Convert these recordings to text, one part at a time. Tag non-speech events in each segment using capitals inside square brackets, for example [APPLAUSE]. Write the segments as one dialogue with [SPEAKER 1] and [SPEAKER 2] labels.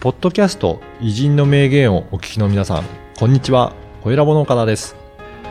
[SPEAKER 1] ポッドキャスト偉人の名言をお聞きの皆さん、こんにちは。小ラボの岡田です。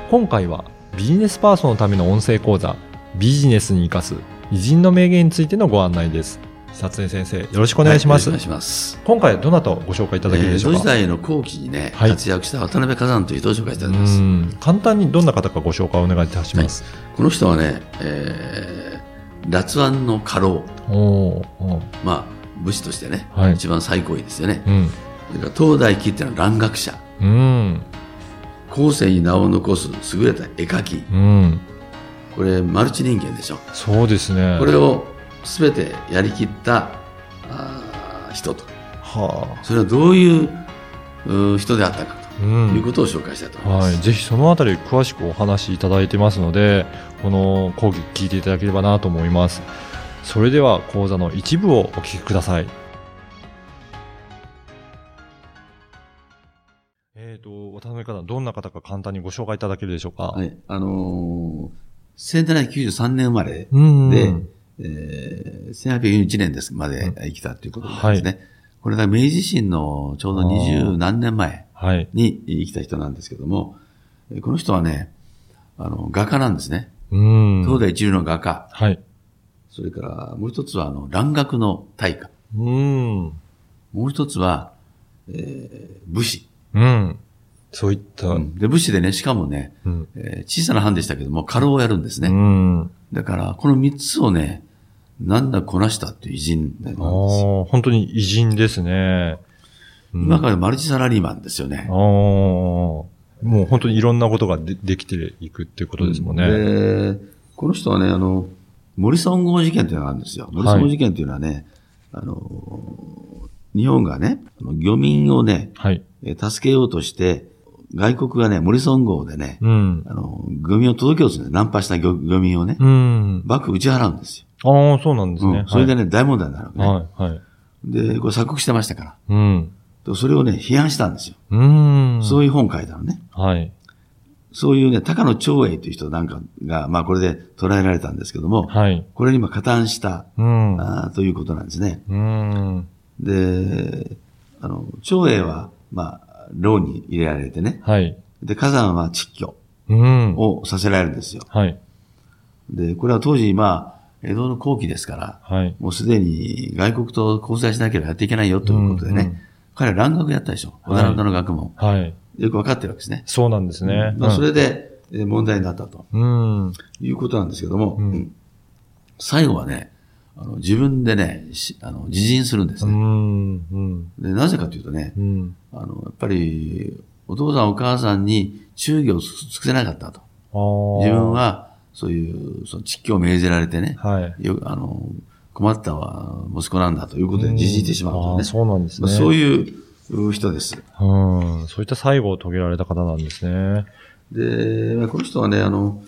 [SPEAKER 1] 今回はビジネスパーソンのための音声講座、ビジネスに生かす偉人の名言についてのご案内です。久常先生、よろしくお願いします。
[SPEAKER 2] はお願いします。
[SPEAKER 1] 今回どなたをご紹介いただける
[SPEAKER 2] えー
[SPEAKER 1] でしょ
[SPEAKER 2] 江
[SPEAKER 1] う
[SPEAKER 2] 戸時
[SPEAKER 1] か、
[SPEAKER 2] 代の後期にね、
[SPEAKER 1] はい
[SPEAKER 2] 活躍した渡辺崋山という人を紹介したいと思います。
[SPEAKER 1] うん簡単にどんな方かご紹介お願いいたします。
[SPEAKER 2] この人はね、えー、辣腕の家老、
[SPEAKER 1] おーおー
[SPEAKER 2] まあ、武士としてね、
[SPEAKER 1] はい
[SPEAKER 2] 一番最高位ですよね。
[SPEAKER 1] うん。
[SPEAKER 2] それから東大期っていうのは蘭学者、
[SPEAKER 1] うん。
[SPEAKER 2] 後世に名を残す優れた絵描き、
[SPEAKER 1] うん。
[SPEAKER 2] これマルチ人間でしょ。
[SPEAKER 1] そうですね。
[SPEAKER 2] これを全てやりきったあー人と、
[SPEAKER 1] はあ。
[SPEAKER 2] それはどういううー人であったか
[SPEAKER 1] う。
[SPEAKER 2] というんことを紹介したいと思いま
[SPEAKER 1] はい、
[SPEAKER 2] す。
[SPEAKER 1] ぜひそのあたり詳しくお話しいただいてますのでこの講義聞いていただければなと思いますそれでは講座の一部をお聞きくださいえー、と渡辺方どんな方か簡単にご紹介いただけるでしょうか、
[SPEAKER 2] はい、あのー、1793年生まれ、
[SPEAKER 1] うん
[SPEAKER 2] で、えー、1841年ですまで生きたということなんですね。これが明治維新のちょうど二十何年前
[SPEAKER 1] はい
[SPEAKER 2] に生きた人なんですけども、えーこの人はね、あの、画家なんですね。
[SPEAKER 1] うん
[SPEAKER 2] 東大一流の画家。
[SPEAKER 1] はい
[SPEAKER 2] それから、もう一つは、あの、蘭学の大家。
[SPEAKER 1] うん
[SPEAKER 2] もう一つは、えー武士、
[SPEAKER 1] うんそういったう
[SPEAKER 2] うんんで、武士でね、しかもね、
[SPEAKER 1] うん、
[SPEAKER 2] えー小さな班でしたけども、家老をやるんですね。だから、この三つをね、なんだこなしたっていう偉人なんです
[SPEAKER 1] あー
[SPEAKER 2] よ。
[SPEAKER 1] 本当に偉人ですね、うん
[SPEAKER 2] 今からマルチサラリーマンですよね。
[SPEAKER 1] ああ、もう本当にいろんなことがでできていくっていうことですもんね。
[SPEAKER 2] で、この人はね、あの、森ソン号事件というのがあるんですよ。森ソン号事件というのはね、あの、日本がね、あの漁民をね、
[SPEAKER 1] はい。
[SPEAKER 2] えー助けようとして、外国がね、森ソン号でね、
[SPEAKER 1] うん。
[SPEAKER 2] あの、漁民を届けようとするんですナンパした漁漁民をね、
[SPEAKER 1] うん。
[SPEAKER 2] 幕府打ち払うんですよ。
[SPEAKER 1] ああ、そうなんですね。
[SPEAKER 2] うんそれでね、大問題になるわけね。
[SPEAKER 1] はい、はい、はい。
[SPEAKER 2] で、これ鎖国してましたから
[SPEAKER 1] うん。
[SPEAKER 2] で。それをね、批判したんですよ。
[SPEAKER 1] うん。
[SPEAKER 2] そういう本書いたのね。
[SPEAKER 1] はい。
[SPEAKER 2] そういうね、高野長英という人なんかが、まあこれで捉えられたんですけども、
[SPEAKER 1] はい。
[SPEAKER 2] これに今加担した、
[SPEAKER 1] うん。
[SPEAKER 2] あーということなんですね。
[SPEAKER 1] うん。
[SPEAKER 2] で、あの、長英は、まあ、牢に入れられてね、
[SPEAKER 1] はい。
[SPEAKER 2] で、火山は窒居
[SPEAKER 1] うん。
[SPEAKER 2] をさせられるんですよ。
[SPEAKER 1] はい。
[SPEAKER 2] で、これは当時、まあ、江戸の後期ですから、
[SPEAKER 1] はい。
[SPEAKER 2] もうすでに外国と交際しなければやっていけないよということでね、
[SPEAKER 1] うんうん
[SPEAKER 2] 彼は蘭学やったでしょ。小田原の学問。
[SPEAKER 1] はい。
[SPEAKER 2] よくわかってるわけですね。
[SPEAKER 1] そうなんですね。
[SPEAKER 2] まあ、それで、えー問題になったと。
[SPEAKER 1] うん。うん。
[SPEAKER 2] いうことなんですけども、
[SPEAKER 1] うん
[SPEAKER 2] うん最後はね、あの自分でね、しあの自陣するんです
[SPEAKER 1] う
[SPEAKER 2] ね、
[SPEAKER 1] ん。うん。
[SPEAKER 2] で。なぜかというとね、
[SPEAKER 1] うん。
[SPEAKER 2] あのやっぱりお父さんお母さんに忠義を尽くせなかったと。
[SPEAKER 1] ああ。
[SPEAKER 2] 自分。はそういうその実況を命ぜられてね、
[SPEAKER 1] はい。
[SPEAKER 2] よあの困ったは息子なんだということで自じいてしまう
[SPEAKER 1] あ
[SPEAKER 2] と
[SPEAKER 1] ー
[SPEAKER 2] ね。
[SPEAKER 1] そうなんです
[SPEAKER 2] ま
[SPEAKER 1] ね。
[SPEAKER 2] あそういう人です。
[SPEAKER 1] うん。そういった最後を遂げられた方なんですね。
[SPEAKER 2] で、まあこの人はね、あの、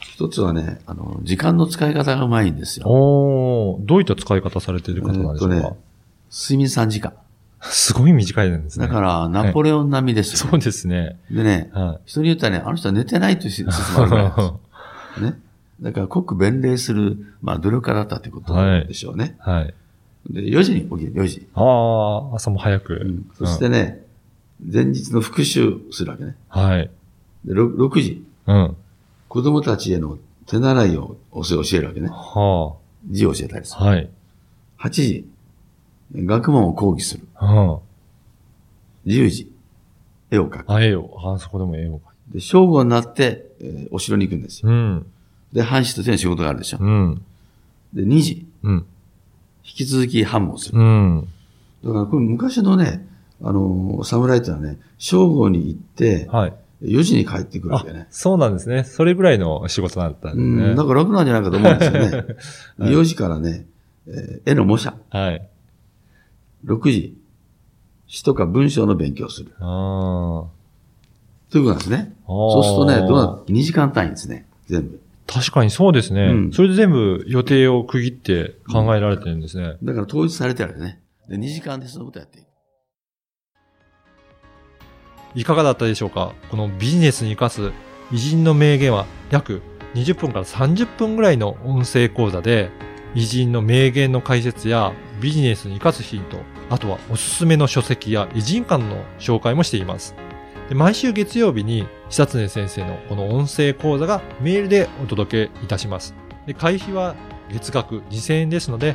[SPEAKER 2] 一つはね、あの、時間の使い方がうまいんですよ。
[SPEAKER 1] おお、どういった使い方されている方なんでしょうか、
[SPEAKER 2] えっとね睡眠3時間。
[SPEAKER 1] すごい短いですね。
[SPEAKER 2] だから、ナポレオン並みですよ、
[SPEAKER 1] そうですね。
[SPEAKER 2] でね、
[SPEAKER 1] は
[SPEAKER 2] 人によってはね、あの人は寝てないという説もあるぐら
[SPEAKER 1] [LAUGHS]
[SPEAKER 2] いなんで
[SPEAKER 1] い。
[SPEAKER 2] す。ね。だから、濃く弁礼する、まあ、努力家だったということでしょうね。
[SPEAKER 1] はい。
[SPEAKER 2] で、4時に起きる、4時。
[SPEAKER 1] ああ、朝も早く。
[SPEAKER 2] うんそしてね、前日の復習するわけね。
[SPEAKER 1] はい。
[SPEAKER 2] で、6, 6時、
[SPEAKER 1] うん。
[SPEAKER 2] 子供たちへの手習いを教え教えるわけね。
[SPEAKER 1] は
[SPEAKER 2] 字を教えたりす
[SPEAKER 1] あ。はい。
[SPEAKER 2] る。8時、学問を講義する。
[SPEAKER 1] うん。
[SPEAKER 2] 10時、絵を描く。
[SPEAKER 1] あ、絵を。あそこでも絵を描い
[SPEAKER 2] で、正午になって、えーお城に行くんです
[SPEAKER 1] て。
[SPEAKER 2] よ。
[SPEAKER 1] うん。
[SPEAKER 2] で、藩士としての仕事があるでしょ。
[SPEAKER 1] うん。
[SPEAKER 2] で、2時、
[SPEAKER 1] うん。
[SPEAKER 2] 引き続き反問する。
[SPEAKER 1] うん。
[SPEAKER 2] だからこれ昔のね、あのー、侍ってのはね、正午に行って、
[SPEAKER 1] はい。
[SPEAKER 2] 4時に帰ってくるわ
[SPEAKER 1] あ
[SPEAKER 2] けね。、
[SPEAKER 1] そうなんですね。それぐらいの仕事だったん
[SPEAKER 2] う
[SPEAKER 1] です
[SPEAKER 2] ん、
[SPEAKER 1] ね。
[SPEAKER 2] なんか楽なんじゃないかと思うんですよ
[SPEAKER 3] [LAUGHS]
[SPEAKER 2] ね。
[SPEAKER 1] はい
[SPEAKER 2] 4時からね、えー絵の模写。
[SPEAKER 1] [LAUGHS] はい。
[SPEAKER 2] 6時、詩とか文章の勉強をする。
[SPEAKER 1] ああ。
[SPEAKER 2] ということなんですね。そ
[SPEAKER 1] そう
[SPEAKER 2] するとね、どうなる ?2 時間単位ですね。全部。
[SPEAKER 1] 確かにそうですね、
[SPEAKER 2] うん
[SPEAKER 1] それで全部予定を区切って考えられてるんですね。
[SPEAKER 2] だから統一されてるわけね。で、2時間でそのことやっていく。
[SPEAKER 1] いかがだったでしょうかこのビジネスに生かす偉人の名言は約20分から30分ぐらいの音声講座で偉人の名言の解説やビジネスに活かすヒント、あとはおすすめの書籍や偉人館の紹介もしています。で毎週月曜日に久常先生のこの音声講座がメールでお届けいたします。で会費は月額2000円ですので、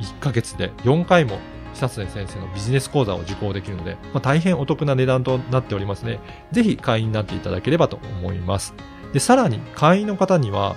[SPEAKER 1] 1ヶ月で4回も久常先生のビジネス講座を受講できるので、まあ、大変お得な値段となっておりますね。ぜひ会員になっていただければと思います。で、さらに会員の方には、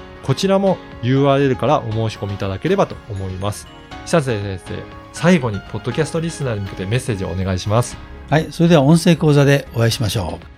[SPEAKER 1] こちらも URL からお申し込みいただければと思います。久瀬先生、最後にポッドキャストリスナーに向けてメッセージをお願いします。
[SPEAKER 3] はい、それでは音声講座でお会いしましょう。